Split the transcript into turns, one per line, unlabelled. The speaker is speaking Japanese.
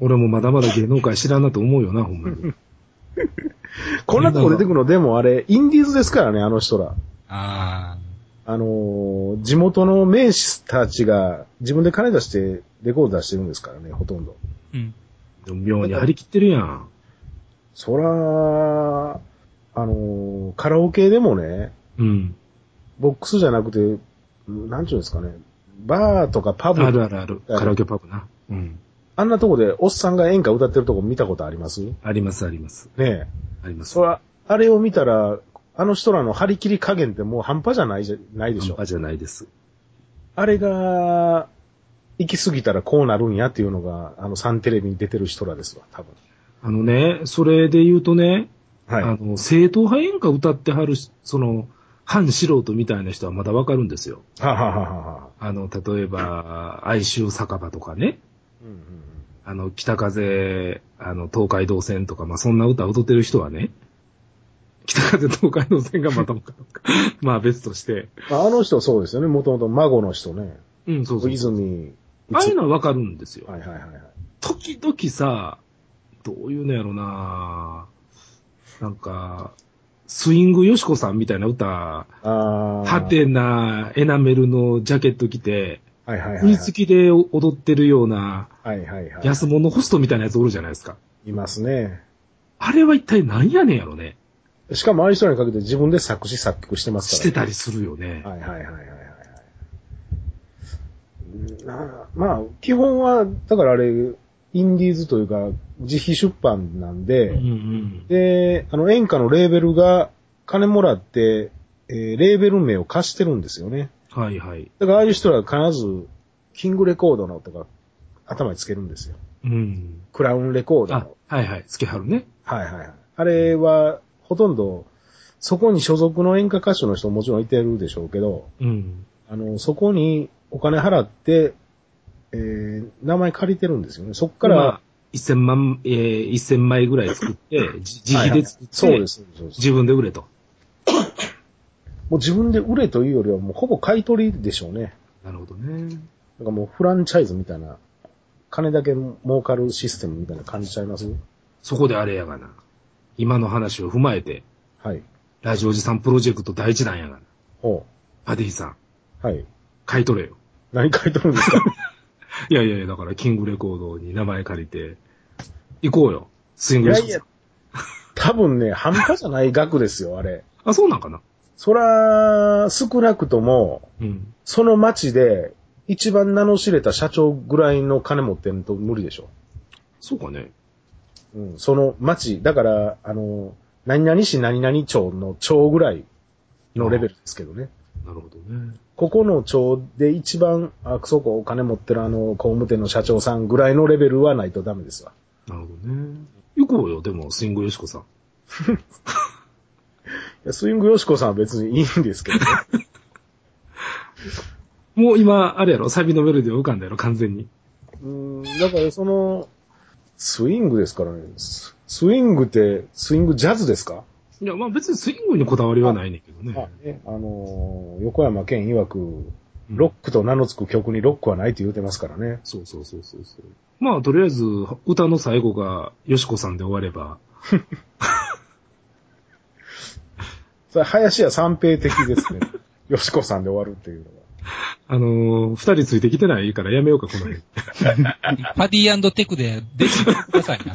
俺もまだまだ芸能界知らんなと思うよ な、ほんまに。
こんなとこ出てくるの、でもあれ、インディーズですからね、あの人ら。
あ
あのー地元の名士たちが自分で金出してレコード出してるんですからね、ほとんど。
ー。うん。
でも妙に張り切ってるやん。
そらー、あのーカラオケでもね、
うん。
ボックスじゃなくて、なんちゅうんですかね、バーとかパブ、
ある
あ
あるある。カラオケパブな。うん。
んなとこでおっさんが演歌歌ってるとこ見たことありますね
ありますあります。
え。
あります
そ。ら、あれを見たら、あの人らの張り切り加減ってもう半端じゃないじゃ、ないでしょ。
半端じゃないです。
あれが、行き過ぎたらこうなるんやっていうのが、あの、サンテレビに出てる人らですわ、多分。
あのね、それで言うとね、
はい。
あの、正統派演歌歌ってはる、その、反素人みたいな人はまだわかるんですよ。
ははははは。
あの、例えば、哀愁酒場とかね、
うんうんうん
あの、北風、あの、東海道線とか、まあ、そんな歌踊ってる人はね、北風東海道線がまた もかとか、まあ別として。
まああの人そうですよね、もともと孫の人ね。
うん、そうそう。
泉。
ああいうのはわかるんですよ。
はいはいはいはい。
時々さ、どういうのやろななんか、スイングよしこさんみたいな歌、
あー
派。手なエナメルのジャケット着て、
はいはいはいは
食
い。
いつきで踊ってるような、
はいはいはい。
安物ホストみたいなやつおるじゃないですか。
いますね。
あれは一体何やねんやろね。
しかもああいう人にかけて自分で作詞作曲してます
し
から、
てたりするよね。
はいはいはいはいはいはい。なまあ、基本は、だからあれ、インディーズというか、自費出版なんで、
うんうん。
で、あの、演歌のレーベルが金もらって、えーレーベル名を貸してるんですよね。
はいはい。
だからああいう人ら必ず、キングレコードのとか、頭につけるんですよ。
うん。
クラウンレコード
あ
の。、
はいはい。つけはるね。
はいはいはい。あれは、ほとんど、そこに所属の演歌歌手の人ももちろんいてるでしょうけど、
うん。
あの、そこにお金払って、えー、名前借りてるんですよね。そっか
ま
ら
あ、、1000万、えー、1000枚ぐらい作って、 じ自費で作って、
はいはいそうです。そうです
自分で売れと。
もう自分で売れというよりは、もうほぼ買い取りでしょうね。
なるほどね。
なんかもうフランチャイズみたいな、金だけ儲かるシステムみたいな感じちゃいます
そこであれやがな。今の話を踏まえて、
はい。
ラジオジさんプロジェクト第一弾やがな。
ほ
パディさん、
う。はい。
買い取れよ。
何書いてるんです か
いやいやいや、だからキングレコードに名前借りて、行こうよ。スイン
い
グレ
や
コ
い
ー
や
ド。、
多分ね、半端じゃない額ですよ、あれ。
あ、そうなんかな
そら、少なくとも、
うん。
その町で、一番名の知れた社長ぐらいの金持ってんと無理でしょ。
そうかね。
うん。その町、だから、あの、何々市何々町の町ぐらいのレベルですけどね。
なるほどね。
ここの町で一番、あ、そこお金持ってるあの、工務店の社長さんぐらいのレベルはないとダメですわ。
なるほどね。行こうよ、でも、スイングよしこさん。
いやスイングよしこさんは別にいいんですけどね。
もう今、あれやろ、サビのメロディーを浮かんだやろ、完全に。
うん、だからその、スイングですからね。ススイングって、スイングジャズですか
いや、まあ別にスイングにこだわりはないねんけどね。
ねあのー横山健曰く、ロックと名の付く曲にロックはないと言うてますからね。
そうそうそうそうそう。まあ、とりあえず、歌の最後が、よしこさんで終われば、
それ林家三平的ですね。よしこさんで終わるっていうのは。
あのー二人ついてきてないからやめようか、この辺。
パディテクで、できてくださいな。